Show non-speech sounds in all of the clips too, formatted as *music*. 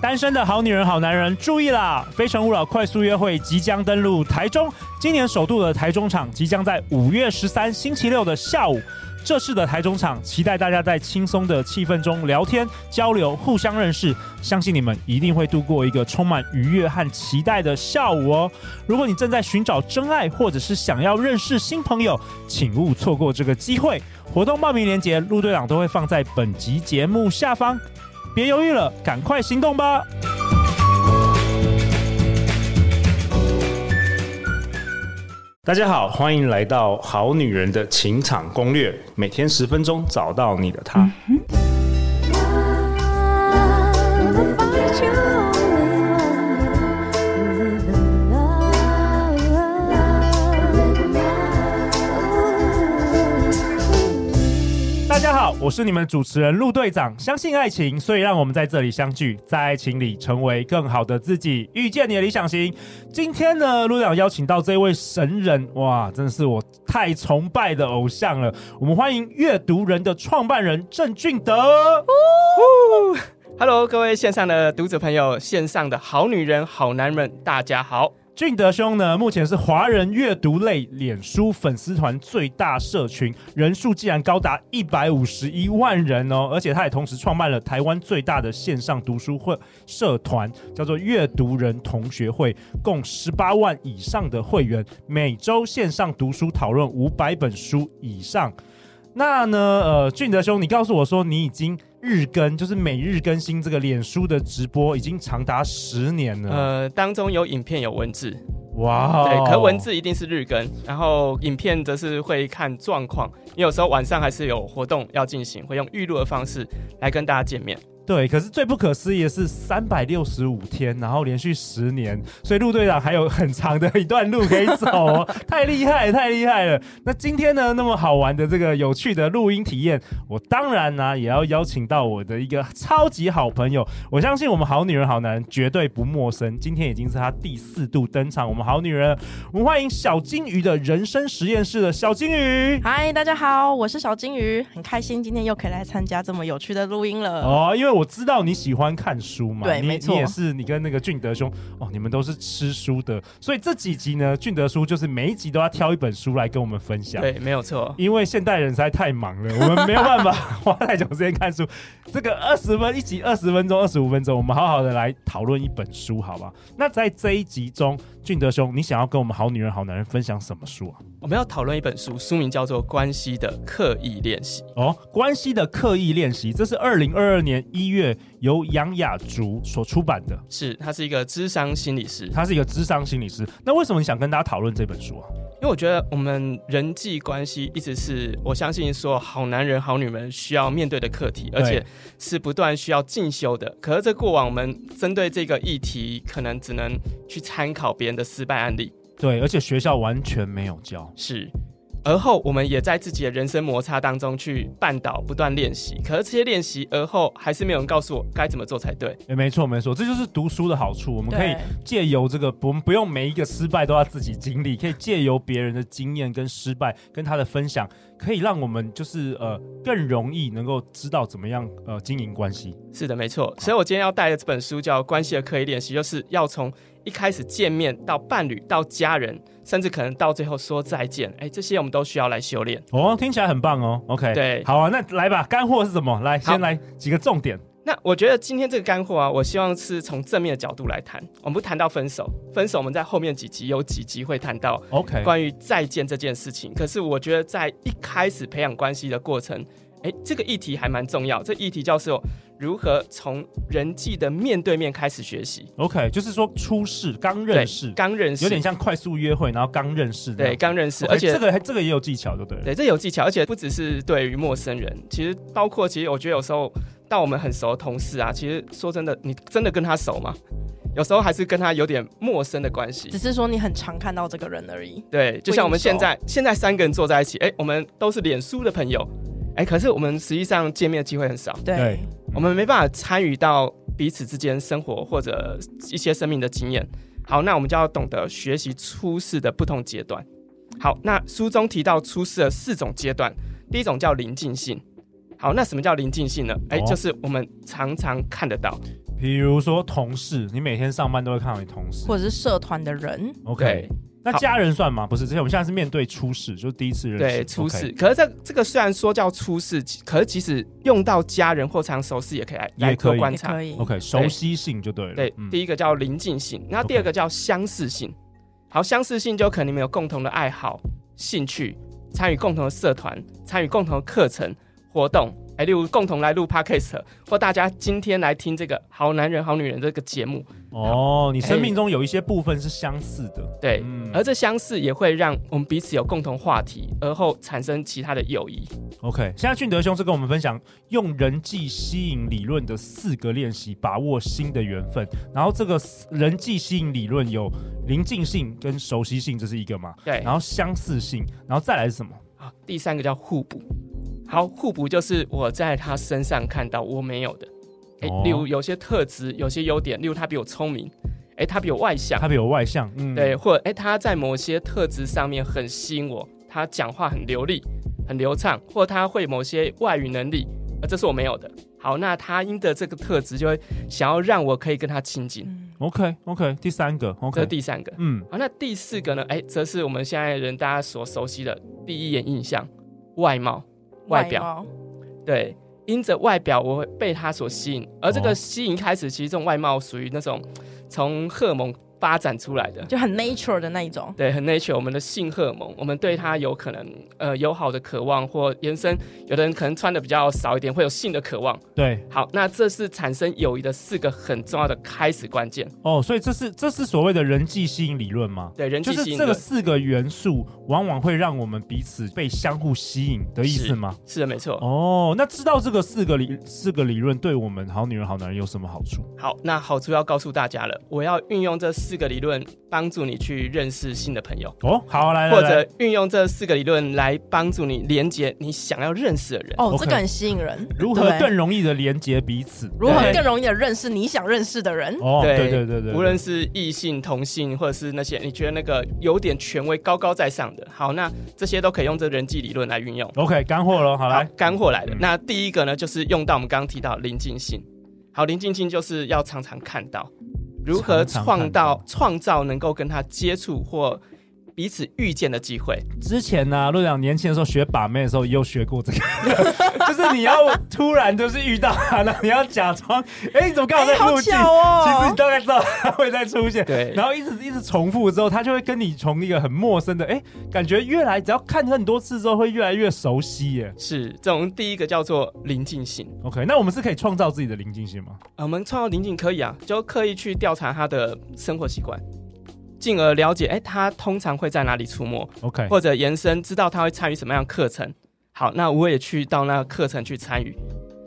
单身的好女人、好男人，注意啦！《非诚勿扰》快速约会即将登陆台中，今年首度的台中场即将在五月十三星期六的下午。这次的台中场，期待大家在轻松的气氛中聊天、交流、互相认识。相信你们一定会度过一个充满愉悦和期待的下午哦。如果你正在寻找真爱，或者是想要认识新朋友，请勿错过这个机会。活动报名链接，陆队长都会放在本集节目下方。别犹豫了，赶快行动吧！大家好，欢迎来到《好女人的情场攻略》，每天十分钟，找到你的他。大家好，我是你们主持人陆队长。相信爱情，所以让我们在这里相聚，在爱情里成为更好的自己，遇见你的理想型。今天呢，陆队长邀请到这位神人，哇，真的是我太崇拜的偶像了。我们欢迎阅读人的创办人郑俊德。 Hello，各位线上的读者朋友，线上的好女人、好男人，大家好。俊德兄呢，目前是华人阅读类脸书粉丝团最大社群，人数竟然高达一百五十一万人哦！而且他也同时创办了台湾最大的线上读书会社团，叫做阅读人同学会，共十八万以上的会员，每周线上读书讨论五百本书以上。那呢，呃，俊德兄，你告诉我说你已经日更，就是每日更新这个脸书的直播，已经长达十年了。呃，当中有影片有文字，哇、哦对，可文。字一定是日更，然后影片则是会看状况，因为有时候晚上还是有活动要进行，会用预录的方式来跟大家见面。对，可是最不可思议的是三百六十五天，然后连续十年，所以陆队长还有很长的一段路可以走、哦，太厉害，太厉害了。那今天呢，那么好玩的这个有趣的录音体验，我当然呢、也要邀请到我的一个超级好朋友，我相信我们好女人好男人绝对不陌生。今天已经是他第四度登场，我们好女人，我们欢迎小金鱼的人生实验室的小金鱼。嗨，大家好，我是小金鱼，很开心今天又可以来参加这么有趣的录音了。 *laughs* 哦，因为我知道你喜欢看书嘛，对你没错你也是你跟那个俊德兄哦，你们都是吃书的，所以这几集呢，俊德叔就是每一集都要挑一本书来跟我们分享。对，没有错。因为现代人实在太忙了，我们没有办法花太久时间看书。 *laughs* 这个二十分一集二十分钟、二十五分钟，我们好好的来讨论一本书，好吧？那在这一集中，俊德兄，你想要跟我们好女人、好男人分享什么书啊？我们要讨论一本书，书名叫做《关系的刻意练习》。哦，关系的刻意练习，这是二零二二年一月由杨雅竹所出版的。是，他是一个智商心理师，他是一个智商心理师。那为什么你想跟大家讨论这本书啊？因为我觉得我们人际关系一直是我相信说好男人、好女人需要面对的课题，对而且是不断需要进修的。可是这过往我们针对这个议题，可能只能去参考别人的失败案例，对，而且学校完全没有教。是。而后，我们也在自己的人生摩擦当中去绊倒，不断练习。可是这些练习，而后还是没有人告诉我该怎么做才对。诶没错，没错，这就是读书的好处。我们可以对借由这个，我们不用每一个失败都要自己经历，可以借由别人的经验跟失败，跟他的分享，可以让我们就是呃更容易能够知道怎么样呃经营关系。是的，没错。所以我今天要带的这本书叫《关系的刻意练习》，就是要从一开始见面到伴侣，到家人，甚至可能到最后说再见，哎，这些我们都需要来修炼。哦，听起来很棒哦。OK，对好啊，那来吧，干货是什么？来，好先来几个重点。那我觉得今天这个干货啊，我希望是从正面的角度来谈，我们不谈到分手，分手我们在后面几集有几集会谈到 OK，关于再见这件事情。可是我觉得在一开始培养关系的过程，哎，这个议题还蛮重要。这议题叫做如何从人际的面对面开始学习， OK，就是说初试刚对认识，刚认识，有点像快速约会，然后刚认识这样对，刚认识， OK，而且这个还这个也有技巧，就对了。对这有技巧，而且不只是对于陌生人，其实包括其实我觉得有时候到我们很熟的同事啊，其实说真的，你真的跟他熟吗？有时候还是跟他有点陌生的关系只。是说你很常看到这个人而已。对，就像我们不一定现在现在三个人坐在一起，哎，我们都是脸书的朋友，哎，可是我们实际上见面的机会很少，对，对我们没办法参与到彼此之间生活或者一些生命的经验。好，那我们就要懂得学习出世的不同阶段。好，那书中提到出世的四种阶段，第一种叫临近性。好，那什么叫临近性呢？哎、哦就是我们常常看得到，比如说同事，你每天上班都会看到你同事或者是社团的人， ，OK？对那好家人算吗？不是，这些我们现在是面对初试，就是第一次认识，对，出 OK 事。可是这这个虽然说叫出事，其可是即使用到家人或常熟识，也可以来也来可做以观也察可。以。 OK，熟悉性就对了。对，嗯第一个叫邻近性，那 OK 第二个叫相似性。好，相似性就可能你们有共同的爱好、兴趣，参与共同的社团，参与共同的课程活动。哎，例如共同来录 podcast，或大家今天来听这个《好男人好女人》这个节目，哦，你生命中有一些部分是相似的，对，嗯而这相似也会让我们彼此有共同话题，而后产生其他的友谊。 OK，现在俊德兄是跟我们分享用人际吸引理论的四个练习，把握新的缘分。然后这个人际吸引理论有临近性跟熟悉性，这是一个嘛？对，然后相似性，然后再来是什么？好，啊第三个叫互补。好，互补就是我在他身上看到我没有的，诶，哦例如有些特质，有些优点，例如他比我聪明，诶，他比我外向，他比我外向，嗯，对，，或者诶，他在某些特质上面很吸引我，他讲话很流利，很流畅，或他会某些外语能力，呃，这是我没有的。好，那他因的这个特质，就会想要让我可以跟他亲近，嗯 OK OK，第三个这是 OK，第三个。嗯，好，那第四个呢？诶，这是我们现在人大家所熟悉的第一眼印象，外貌、外表。貌对，因着外表我会被他所吸引，而这哦个吸引开始，其实这种外貌属于那种从荷尔蒙发展出来的，就很 nature 的那一种，对，很 nature。我们的性荷尔蒙，我们对他有可能呃友好的渴望，或延伸，有的人可能穿的比较少一点，会有性的渴望。对，好，那这是产生友谊的四个很重要的开始关键。哦，所以这是这是所谓的人际吸引理论吗？对，人就际是吸引这个的，四个元素，往往会让我们彼此被相互吸引的意思吗？是的，没错。哦，那知道这个四个理四个理论对我们好女人好男人有什么好处？好，那好处要告诉大家了，我要运用这四个理论帮助你去认识新的朋友。哦，好，来来或来者，运用这四个理论来帮助你连接你想要认识的人。哦 OK 这个很吸引人。如何对更容易的连接彼此？如何对更容易的认识你想认识的人？哦，对对对对对，无论是异性、同性，或者是那些你觉得那个有点权威、高高在上的，好，那这些都可以用这人际理论来运用。 OK 干货了，好好来，，干货来了。嗯那第一个呢，就是用到我们刚刚提到的临近性。好，临近性就是要常常看到如何常常看创造创造能够跟他接触或彼此遇见的机会。之前呢、陆长年轻的时候学把妹的时候，也有学过这个， *laughs* 就是你要突然就是遇到他，那你要假装，哎、你怎么刚好在哎，好附近？巧其实你哦！大概知道他会再出现，对然后一直一直重复之后，他就会跟你从一个很陌生的，哎、感觉越来只要看很多次之后，会越来越熟悉耶。是这种第一个叫做临近性。 OK，那我们是可以创造自己的临近性吗？呃我们创造邻近可以啊，就刻意去调查他的生活习惯，进而了解，哎，他通常会在哪里出没， OK，或者延伸知道他会参与什么样的课程。好，那我也去到那个课程去参与。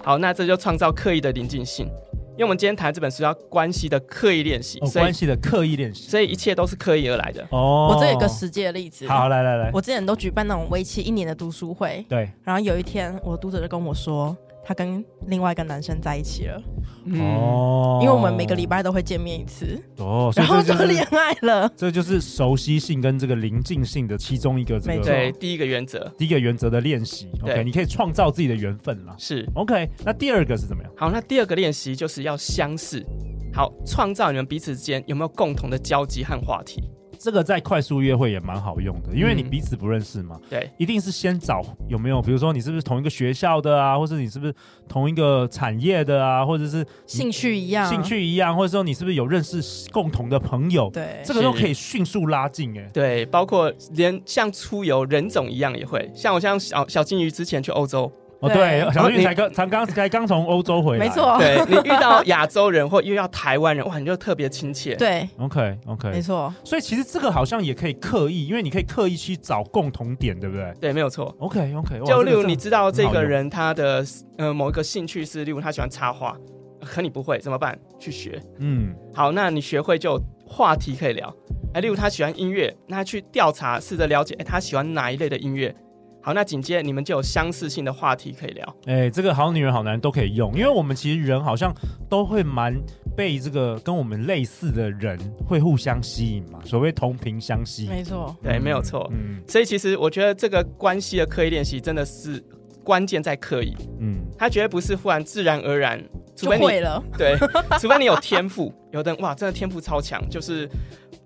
好，那这就创造刻意的邻近性，因为我们今天谈这本书叫关系的刻意练习，哦、所关以系的刻意练习。所以一切都是刻意而来的。哦，我这有一个实际的例子。好，来来来，我之前都举办那种为期一年的读书会，对，然后有一天我读者就跟我说，他跟另外一个男生在一起了，嗯，哦因为我们每个礼拜都会见面一次，哦，所以然后这就就是恋爱了。这就是熟悉性跟这个临近性的其中一个这没个错对，第一个原则第一个原则的练习。对 OK，你可以创造自己的缘分啦。是 OK，那第二个是怎么样？好，那第二个练习就是要相似，好，创造你们彼此之间有没有共同的交集和话题。这个在快速约会也蛮好用的，因为你嗯彼此不认识嘛，对，一定是先找有没有，比如说你是不是同一个学校的啊，或者你是不是同一个产业的啊，或者是兴趣一样，兴趣一样，或者说你是不是有认识共同的朋友，对，这个都是可以迅速拉近哎、对，包括连像出游人种一样也会，像我像小小金鱼之前去欧洲，哦，对对，小玉你才刚才刚才刚从欧洲回来，没。错，对你遇到亚洲人 *laughs* 或遇到台湾人，哇，你就特别亲切。对， OK 没 OK，错，所以其实这个好像也可以刻意，因为你可以刻意去找共同点，对不对对，没有错。 ？OK OK，就例如你知道这这个个人他的呃某一个兴趣是，例如他喜欢插花，可你不会怎么办？去学。嗯，好，那你学会就有话题可以聊。哎，例如他喜欢音乐，那去调查试着了解，哎，他喜欢哪一类的音乐。好，那紧接着你们就有相似性的话题可以聊。哎，这个好女人好男人都可以用，因为我们其实人好像都会蛮被这个跟我们类似的人会互相吸引嘛，所谓同频相吸。没错，对，没有错。嗯，所以其实我觉得这个关系的刻意练习真的是关键在刻意，嗯，它绝对不是忽然自然而然，除就非会你了。对，除非你有天赋。有的人哇，真的天赋超强，就是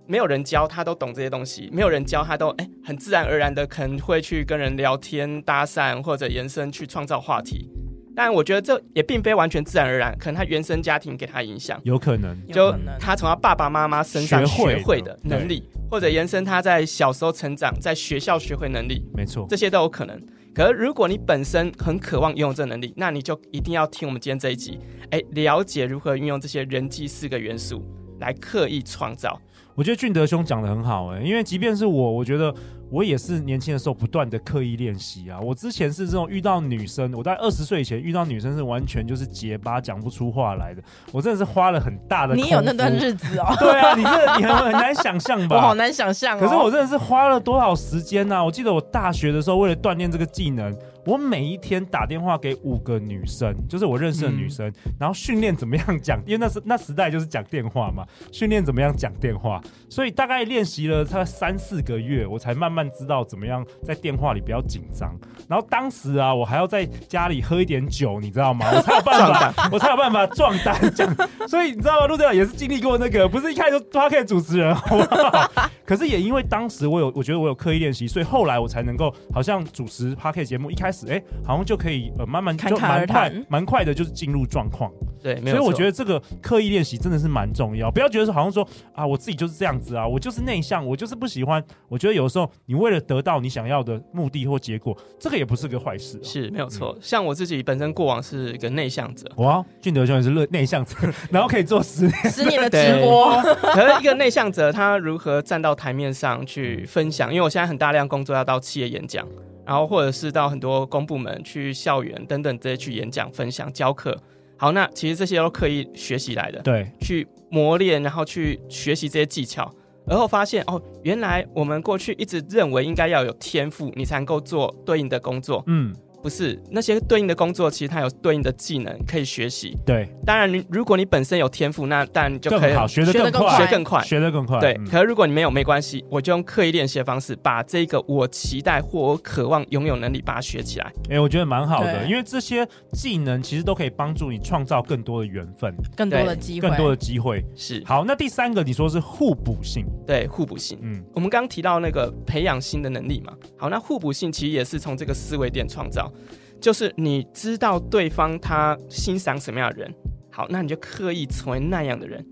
没有人教他都懂这些东西，没有人教他都哎、很自然而然的可能会去跟人聊天搭讪或者延伸去创造话题。但我觉得这也并非完全自然而然，可能他原生家庭给他影嗯响。有可能，有就可能他从他爸爸妈妈身上学会学的会的能力，或者延伸他在小时候成长在学校学会能力，没错，这些都有可能。可是如果你本身很渴望拥有这能力，那你就一定要听我们今天这一集，哎，了解如何运用这些人际四个元素来刻意创造。我觉得俊德兄讲的很好哎、因为即便是我，我觉得我也是年轻的时候不断的刻意练习啊。我之前是这种遇到女生，我在二十岁以前遇到女生是完全就是结巴，讲不出话来的。我真的是花了很大的你有功那段夫，日子哦 *laughs* 对啊，你这你很很难想象吧？我好难想象哦。可是我真的是花了多少时间啊呢、我记得我大学的时候，为了锻炼这个技能，我每一天打电话给五个女生，就是我认识的女生，然后训练怎么样讲，因为那时那时代就是讲电话嘛，训练怎么样讲电话，所以大概练习了差不多三四个月，我才慢慢知道怎么样在电话里不要紧张。然后当时啊，我还要在家里喝一点酒，你知道吗？我才有办撞法档，我才有办法壮胆讲。所以你知道吗？陆队长也是经历过那个，不是一开始就 p o 主持人，好不 *laughs* 好？可是也因为当时我有，我觉得我有刻意练习，所以后来我才能够好像主持 p o 节目，一开始哎、好像就可以呃慢慢侃就侃蛮而快谈蛮快的，就是进入状况。对，没所有以错。我觉得得这个刻意练习真的是蛮重要，不要觉得说好像说啊，我自己就是这样子啊，我就是内向，我就是不喜欢。我觉得有的时候你为了得到你想要的目的或结果，这个也不是个坏事、是没有错。像我自己本身过往是一个内向者， *laughs* 哦。哇，俊德兄也是内内向 *laughs* 者，然后可以做十年，十年的直播，可是一个内向者，他如何站到台面上去分享？因为我现在很大量工作要到企业演讲，然后或者是到很多公部门去校园等等这些去演讲、分享、教课。好，那其实这些都刻意学习来的，对，去磨练，然后去学习这些技巧，而后发现哦，原来我们过去一直认为应该要有天赋，你才能够做对应的工作，嗯，不是那些对应的工作，其实它有对应的技能可以学习。对，当然，你如果你本身有天赋，那当然你就更可以好，学得学更得更快，学更快。学得更快，对，嗯可是如果你没有没关系，我就用刻意练习的方式，把这个我期待或我渴望拥有能力，把它学起来。哎、我觉得蛮好的，对因为这些技能其实都可以帮助你创造更多的缘分，更多的机会，更多的机会。是好，那第三个你说是互补性，对互补性。嗯，我们刚刚提到那个培养新的能力嘛，好，那互补性其实也是从这个思维点创造，就是你知道对方他欣赏什么样的人，好，那你就刻意成为那样的人，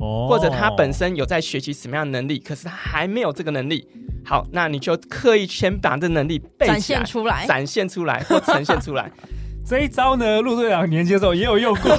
哦或者他本身有在学习什么样的能力，可是他还没有这个能力，好，那你就刻意先把这能力背展起来现出来。展现出 *laughs* 来或呈现出来，这一招呢，陆队长年轻的时候也有用 *laughs* 过。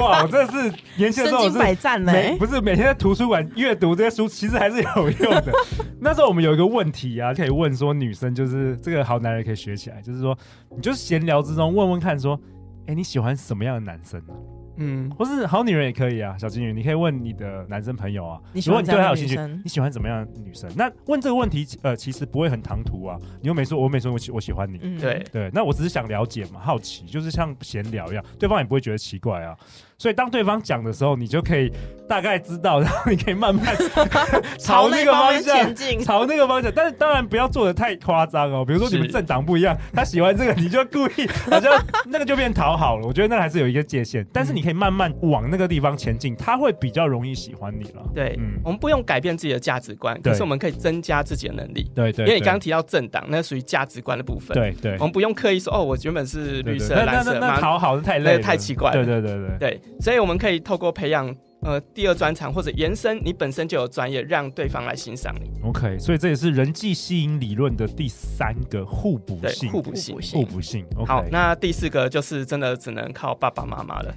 哇，我真的是年轻的时身候我经是百战呢、每不是每天在图书馆阅读这些书，其实还是有用 *laughs* 的。那时候我们有一个问题啊，可以问说女生就是这个好男人可以学起来，就是说你就是闲聊之中问问看说，哎、你喜欢什么样的男生呢、啊嗯，或是好女人也可以啊，小金鱼，你可以问你的男生朋友啊，你喜如果欢你这对样他的有兴女趣，生？你喜欢怎么样的女生？那问这个问题，呃，其实不会很唐突啊。你又没说，我没说我喜我喜欢你，嗯对，对，那我只是想了解嘛，好奇，就是像闲聊一样，对方也不会觉得奇怪啊。所以当对方讲的时候，你就可以大概知道，然后你可以慢慢 *laughs* 朝朝那那个方方面向前。进。朝那个方向，但是当然不要做的太夸张哦。比如说你们是政党不一样，他喜欢这个，你就故意好像那个就变讨好了。我觉得那还是有一个界限，但是你可以慢慢往那个地方前进，他会比较容易喜欢你了。对，嗯我们不用改变自己的价值观，对可是我们可以增加自己的能力。对对，因为你对刚刚提到政党，那属于价值观的部分。，对对我，们不用刻意说哦，我原本是对绿对色、那蓝那色、那那嘛。讨好是太累了，那太奇怪了对对对对，对，所以我们可以透过培养呃第二专长或者延伸你本身就有专业，让对方来欣赏你。 OK，所以这也是人际吸引理论的第三个互补对，性，互补性互补。性互补性。OK，好，那第四个就是真的只能靠爸爸妈妈 *laughs* 了，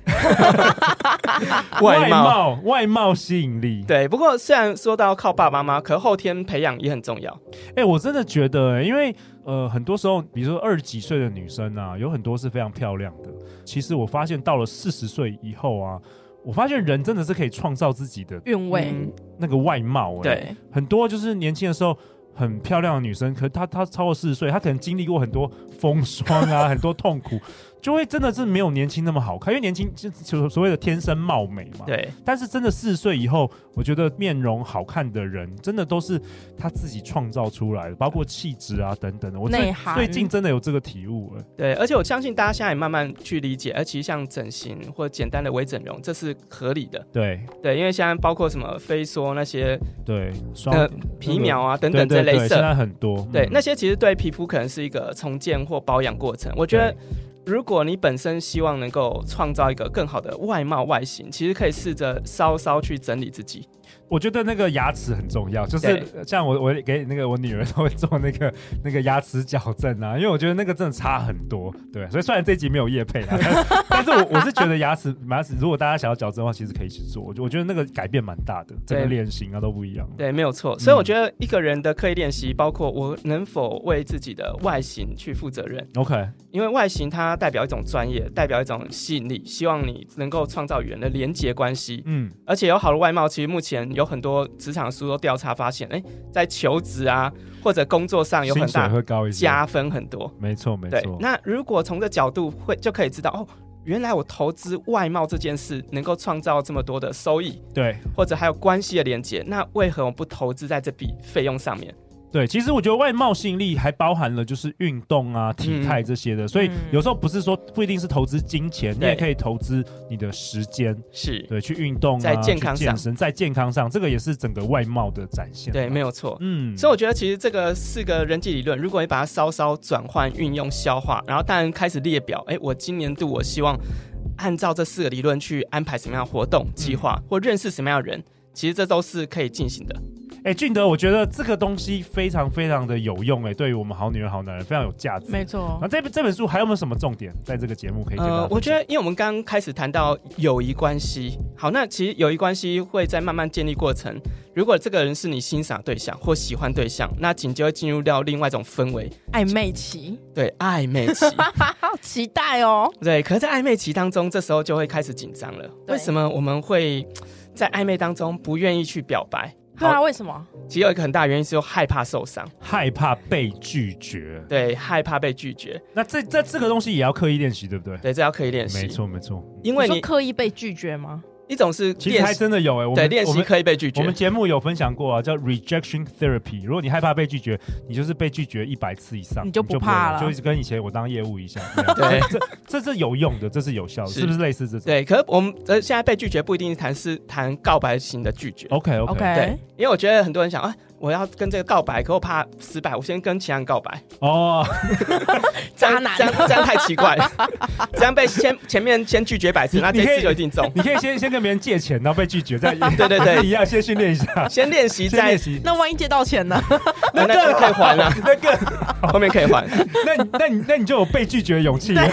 外貌外貌吸引力，对，不过虽然说到靠爸爸妈妈，可后天培养也很重要。哎、我真的觉得、因为呃，很多时候，比如说二十几岁的女生啊，有很多是非常漂亮的。其实我发现到了四十岁以后啊，我发现人真的是可以创造自己的韵味，嗯那个外貌、哎，对，很多就是年轻的时候很漂亮的女生，可她她超过四十岁，她可能经历过很多风霜啊，很多痛苦，就会真的是没有年轻那么好看，因为年轻就所所谓的天生貌美嘛。。对，但是真的四十岁以后，我觉得面容好看的人，真的都是他自己创造出来的，包括气质啊等等的。我最内涵最近真的有这个体悟了。对，而且我相信大家现在也慢慢去理解，而其实像整形或简单的微整容，这是合理的。对对，因为现在包括什么飞梭那些对，双、呃皮秒啊等对等对这类对，现色，在很多。对嗯那些其实对皮肤可能是一个重建或保养过程。我觉得对如果你本身希望能够创造一个更好的外貌外形，其实可以试着稍稍去整理自己。我觉得那个牙齿很重要，就是对像我我给那个我女儿都会做那个那个牙齿矫正啊，因为我觉得那个真的差很多。对，所以虽然这集没有叶配啊， *laughs* 但但是我我是觉得牙齿牙齿，如果大家想要矫正的话，其实可以去做。我觉我觉得那个改变蛮大的，整个对脸型啊都不一样了。对，没有错。所以我觉得一个人的刻意练习，包括我能否为自己的外形去负责任， OK，因为外形它代表一种专业，代表一种吸引力，希望你能够创造与人的连结关系。嗯，而且有好的外貌，其实目前有很多职场书都调查发现，哎，在求职啊或者工作上有薪很水大会高一些。加分很多。没错，没对错，。那如果从这角度会就可以知道哦，原来我投资外貌这件事能够创造这么多的收益，对或者还有关系的连接，那为何我不投资在这笔费用上面？对，其实我觉得外貌吸引力还包含了就是运动啊、体态这些的，所以嗯有时候不是说不一定是投资金钱，你对也可以投资你的时间。是对，去运动、啊、在健康去健身，在健康上，这个也是整个外貌的展现。对，没有，有错。嗯，所以我觉得其实这个四个人际理论，如果你把它稍稍转换、运用、消化，然后当然开始列表，哎，我今年度我希望按照这四个理论去安排什么样的活动计划，嗯或认识什么样的人，其实这都是可以进行的。哎、俊德，我觉得这个东西非常非常的有用、哎，对于我们好女人、好男人非常有价值。没错那，这本这本书还有没有什么重点，在这个节目可以给大家呃，分享？我觉得，因为我们刚刚开始谈到友谊关系，好，那其实友谊关系会在慢慢建立过程。如果这个人是你欣赏对象或喜欢对象，那紧接着进入到另外一种氛围，暧昧期，对暧昧期。啊好期待哦。对，可是，在暧昧期当中，这时候就会开始紧张了。对为什么我们会在暧昧当中不愿意去表白？对啊，好，为什么？其实有一个很大原因是害怕受伤，害怕被拒绝，对，害怕被拒绝，那这这这个东西也要刻意练习，对不对？对，这要刻意练习。没，错，没错。因为说你刻意被拒绝吗？一种是其实练还习，真的有哎、我对，们练我习们可以被拒我绝们。节目有分享过啊，叫 rejection therapy。如果你害怕被拒绝，你就是被拒绝一百次以上，你就不会怕了就是跟以前我当业务一样。一样对这这这是有用的，这是有效的，是是不是类似这种对，可是我们呃现在被拒绝不一定谈是谈告白型的拒绝， ？OK OK， OK 对，因为我觉得很多人想啊，我要跟这个告白，可我怕失败，我先跟其他人告白，哦，这样渣男这样这样太奇怪 *laughs* 了，这样被先前面先拒绝百次，你那你这可以次就一定中。你可以先先跟别人借钱，然后被拒绝，再对 *laughs* 对对对一样，先训练一下， *laughs* 先练习先再练习。那万一借到钱呢？那那个可以还了，那个，后面可以还。那你那你那你就有被拒绝的勇气了。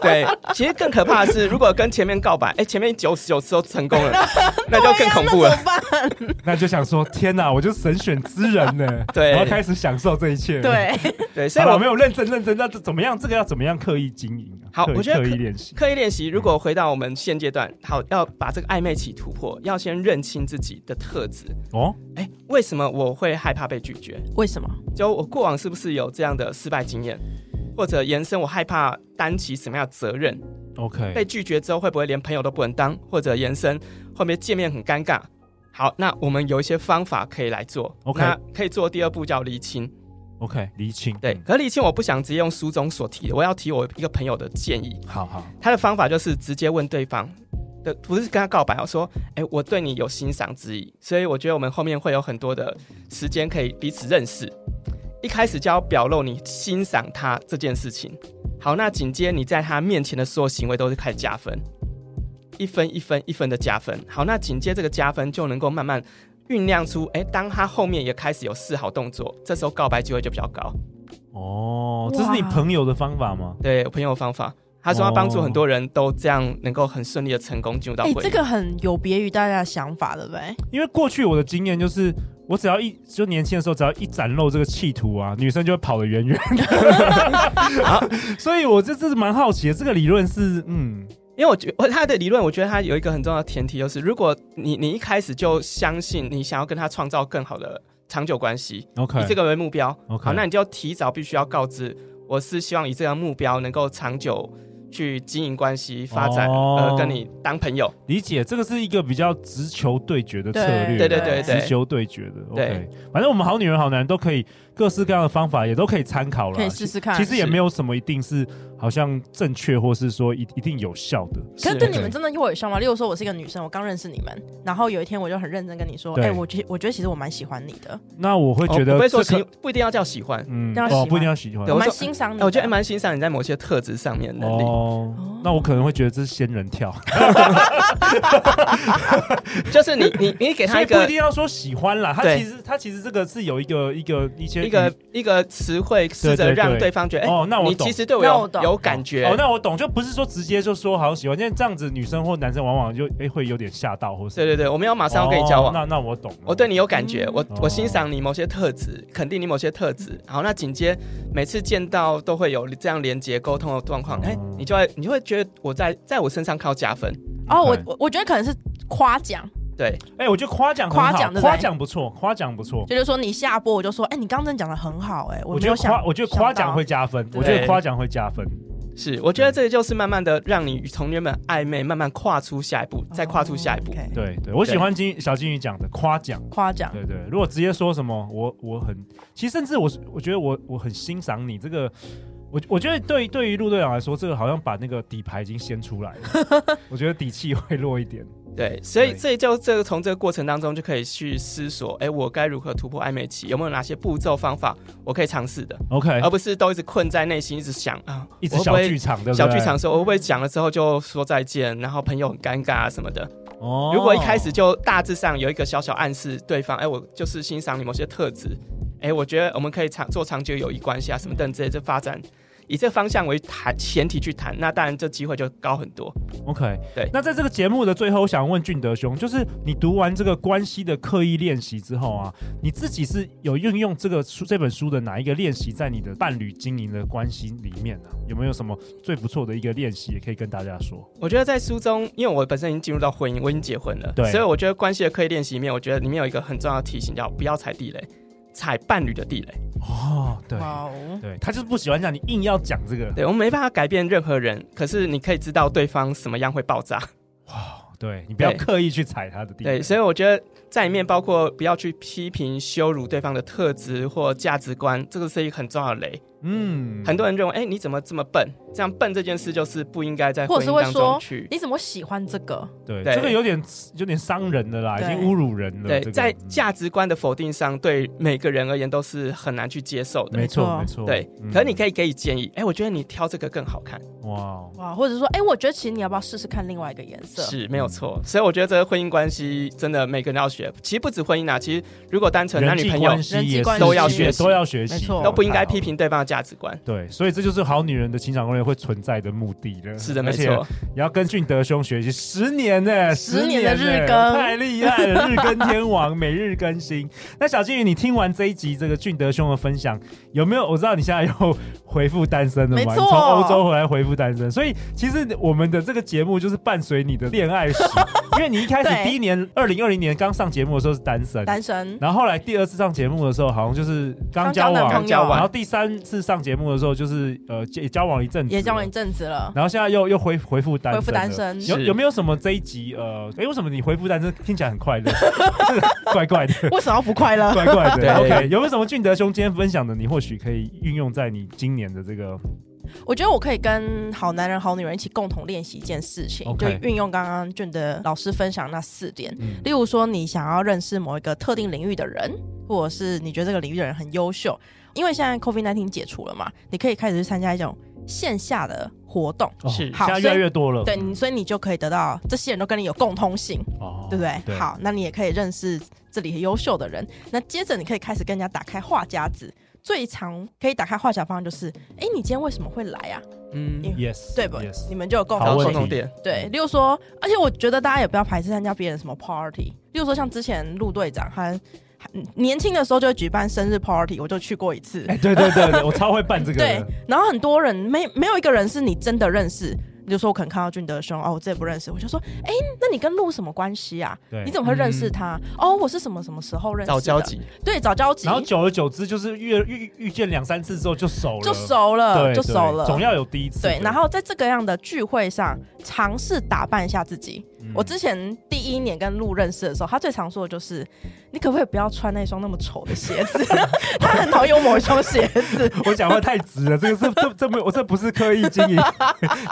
对，其实更可怕的是，如果跟前面告白，哎、前面九十九次都成功了， *laughs* 那就更恐怖 *laughs* 那了。怎么办？那就想说，天哪，我就神选之人呢。 *laughs* 对我要开始享受这一切。，对，对，所所以以我我们没有认真认真，那这怎么样？这个要怎么样刻意经营啊？好刻意我觉得刻意可练习。刻意练习。如果回到我们现阶段，好，要把这个暧昧期突破，要先认清自己的特质。哦，哎、为什么我会害怕被拒绝？为什么？就我过往是不是有这样的失败经验，或者延伸我害怕担起什么样的责任？被 OK，拒绝之后会不会连朋友都不能当，或者延伸后面见面很尴尬？好，那我们有一些方法可以来做。 OK 那可以做第二步叫厘清。 OK，厘清。对，嗯可是厘清我不想直接用书中所提的，我要提我一个朋友的建议。好好，他的方法就是直接问对方的，不是跟他告白哦，说，哎、我对你有欣赏之意，所以我觉得我们后面会有很多的时间可以彼此认识。一开始就要表露你欣赏他这件事情。好，那紧接你在他面前的所有行为都是开始加分，一分一分一分的加分。好，那紧接这个加分就能够慢慢酝酿出，哎、当他后面也开始有示好动作，这时候告白机会就比较高。哦，这是你哇朋友的方法吗？对我朋友的方法，他说他帮助很哦多人都这样能够很顺利的成功进入到哎，婚姻。这个很有别于大家的想法，对不对？因为过去我的经验就是，我只要一就年轻的时候，只要一展露这个企图啊，女生就会跑得远远的。 *laughs* 所以我这这是蛮好奇的，这个理论是嗯，因为我觉得他的理论，我觉得他有一个很重要的前提，就是如果你你一开始就相信你想要跟他创造更好的长久关系， OK，以这个为目标 OK 好，那你就提早必须要告知，我是希望以这样目标能够长久去经营关系、发展，哦呃，跟你当朋友。理解，这个是一个比较直球对决的策略，啊对对对对直球对决的。对 OK，反正我们好女人好男人都可以各式各样的方法，也都可以参考了。可以试试看。其实也是没有什么一定是好像正确，或是说一一定有效的。可是对是你们真的会有效吗？例如说，我是一个女生，我刚认识你们，然后有一天我就很认真跟你说，对哎、我觉我觉得其实我蛮喜欢你的，那我会觉哦得不会说这喜个，，不一定要叫喜欢。嗯一定要喜哦，欢不一定要喜欢对我我蛮说欣赏你哎的。我觉得还蛮欣赏你在某些特质上面的能力。哎哦。那我可能会觉得这是仙人跳， *laughs* 就是你你你给所他以一不一个定要说喜欢啦。他对其实他其实这个是有一个一个一些一个一个词汇，试对对着嗯让对对方觉得，哎、哦，那我你懂其。实对我那我有懂有感觉。哦，那我懂，就不是说直接就说好喜欢，因为这样子女生或男生往往就哎、会有点吓到，或是对对对，我们要马上要跟你交哦往。那那我懂了，我对你有感嗯觉，我哦我欣赏你某些特质，肯定你某些特质。好，那紧接每次见到都会有这样连接沟通的状况，哎、哦你就会你就会觉得我在在我身上靠加分，哦，我 OK 我我觉得可能是夸奖，对，哎、我觉得夸奖很好夸奖对不对夸奖不错，夸奖不错。就是说你下播，我就说，哎、你刚刚真的讲的很好、哎，我没觉有得想夸，我觉得夸奖会加分，对我觉得夸奖会加分。是，我觉得这个就是慢慢的让你从原本暧昧慢慢跨出下一步，再跨出下一步。哦，OK 对对，我喜欢金小金鱼讲的夸奖。夸奖，对对，如果直接说什么我我很，其实甚至我我觉得我我很欣赏你这个。我我觉得对于对于陆队长来说，这个好像把那个底牌已经掀出来了，我觉得底气会弱一点。对，所以对这就这个从这个过程当中就可以去思索，哎，我该如何突破暧昧期？有没有哪些步骤方法我可以尝试的， OK，而不是都一直困在内心，一直想哎啊，一直呃我会不小会剧场对不对？小剧场说，我会不会讲了之后就说再见，然后朋友很尴尬啊什么的。哦如果一开始就大致上有一个小小暗示对方，哎，我就是欣赏你某些特质，哎，我觉得我们可以长做长久友谊关系啊什么等之类的发展，以这个方向为谈前提去谈，那当然这机会就高很多。 OK，对那在这个节目的最后，我想问俊德兄，就是你读完这个关系的刻意练习之后啊，你自己是有运用这个书这本书的哪一个练习在你的伴侣经营的关系里面呢、有没有什么最不错的一个练习，也可以跟大家说？我觉得在书中，因为我本身已经进入到婚姻，我已经结婚了，对所以我觉得关系的刻意练习里面，我觉得里面有一个很重要的提醒，叫不要踩地雷，踩伴侣的地雷。哦，对。哇哦，对他就是不喜欢讲，你硬要讲这个。对我们没办法改变任何人，可是你可以知道对方什么样会爆炸。对你不要对刻意去踩他的地雷。对，所以我觉得在里面包括不要去批评、羞辱对方的特质或价值观，这个是一个很重要的雷。嗯很多人认为，哎、你怎么这么笨？这样笨这件事就是不应该在或者婚是姻当会说中去。你怎么喜欢这个？对对这个有点有点伤人的啦，已对经侮辱人了。对这，个在嗯价值观的否定上，对每个人而言都是很难去接受的。没错没错没错，对，嗯可是你可以给予建议，哎、我觉得你挑这个更好看，哇，哇，或者说，哎、我觉得其实你要不要试试看另外一个颜色？是没嗯有错。所以我觉得这个婚姻关系真的每个人要学，其实不止婚姻啊，其实如果单纯人男女际朋友关系人际也关是系都要学习都要学习，没错都不应该批。评对方的价值观。对，所以这就是好女人的情场攻略会存在的目的了。是的，没嗯而且错。也要跟俊德兄学习十年呢、十年年的呢日更太厉害了，日更天王，每日 *laughs* 更新。那小金鱼，你听完这一集这个俊德兄的分享，有没有？我知道你现在又回复单身了嘛？没你错从欧洲回来回复单身，所以其实我们的这个节目就是伴随你的恋爱史，因为你一 *laughs* 开始对第一年，二零二零年刚上节目的时候是单身，单身，然后后来第二次上节目的时候，好像就是刚交男往，朋刚交友往然后第三次上节目的时候，就是呃也交往一阵子，也交往一，阵子了。然后现在又又回回复单身了，恢复单身有是有没有什么这一集呃，哎，为什么你回复单身听起来很 *laughs* 快乐， *laughs* 这个怪怪的，为什么不快乐？怪怪对的？OK，有没有什么俊德兄今天分享的，你或许可以运用在你今年的这个我觉得我可以跟好男人、好女人一起共同练习一件事情 OK 就运用刚刚俊的老师分享那四点。嗯例如说，你想要认识某一个特定领域的人，或者是你觉得这个领域的人很优秀，因为现在 COVID 1 9解除了嘛，你可以开始去参加一种线下的活动。哦是现在越来越多了，对，你所以你就可以得到这些人都跟你有共通性，哦对不对？，好，那你也可以认识这里很优秀的人。那接着你可以开始跟人家打开话匣子，最常可以打开话匣方向就是，哎，你今天为什么会来啊？嗯， ，Yes，对不 Yes 你们就有共好嗯找同问题共同性。点，对，例如说，而且我觉得大家也不要排斥参加别人什么 party，例如说像之前陆队长他他年轻的时候就会举办生日 party，我就去过一次。哎哎，对对对，对我超会办这个的，对，然后很多人没没有一个人是你真的认识，比如说我可能看到俊德兄，哦，我自己不认识，我就说，哎、那你跟陆什么关系啊？对嗯你。怎么会认识他？哦，我是什么什么时候认识的？早交，集，对，早交集，然后久而久之，就是遇遇遇见两三次之后就熟了，就熟了，对，就对熟了，总要有第一次的。对，然后在这个样的聚会上，尝试打扮一下自己。嗯我之前第一年跟路认识的时候，他最常说的就是：“你可不可以不要穿那双那么丑的鞋子？” *laughs* 他很讨厌我某一双鞋子。我讲话太直了，这个是这这没有，我这不是刻意经营， *laughs*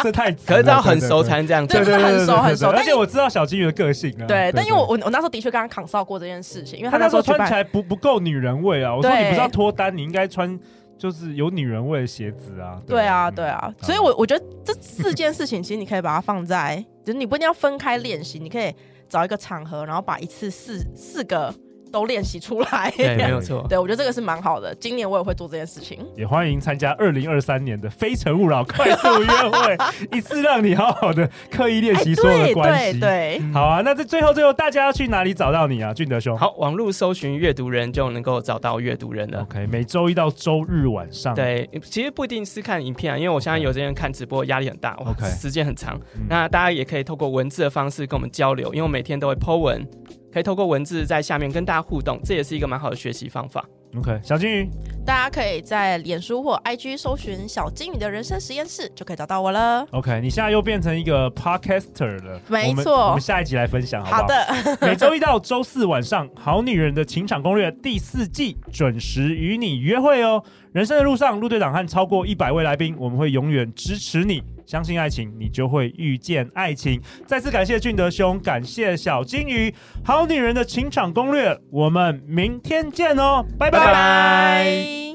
这太直了。可是要很对熟。才能这样对讲对。对对对对对很熟对对很熟而但且我知道小金鱼的个性啊。 *laughs* 对，但因为我我我那时候的确跟他扛哨过这件事情，因为他他那那时时候候举穿办起来不不够女人味啊！我说对你不是要脱单，你应该穿就是有女人味的鞋子啊。对啊，嗯对啊，所以我我觉得这四件事情，其实你可以把它放在，就是你不一定要分开练习，你可以找一个场合，然后把一次四四个都练习出来。对，没有错。 *laughs* 对，我觉得这个是蛮好的。今年我也会做这件事情。也欢迎参加二零二三年的《非诚勿扰》快速约会，一 *laughs* 次让你好好的刻意练习所有的哎对关对系。对，好啊，那这最后最后大家要去哪里找到你啊，俊德兄？ *laughs* 好，网络搜寻阅读人就能够找到阅读人了。 ，OK，每周一到周日晚上，，对，其实不一定是看影片啊，因为我相信有些人看直播压力很大，哇 OK 时间很长嗯。那大家也可以透过文字的方式跟我们交流，因为我每天都会 Po 文，可以透过文字在下面跟大家互动，这也是一个蛮好的学习方法。 ，OK，小金鱼，大家可以在脸书或 IG 搜寻“小金鱼的人生实验室”，就可以找到我了。 OK，你现在又变成一个 podcaster 了，没我们错我们下一集来分享好不好？好，的，每周一到周四晚上，《好女人的情场攻略》第四季准时与你约会哦。人生的路上，陆队长和超过一百位来宾，我们会永远支持你。相信爱情，你就会遇见爱情。再次感谢俊德兄，感谢小金鱼，《 *laughs* 好女人的情场攻略》，我们明天见哦，拜拜拜拜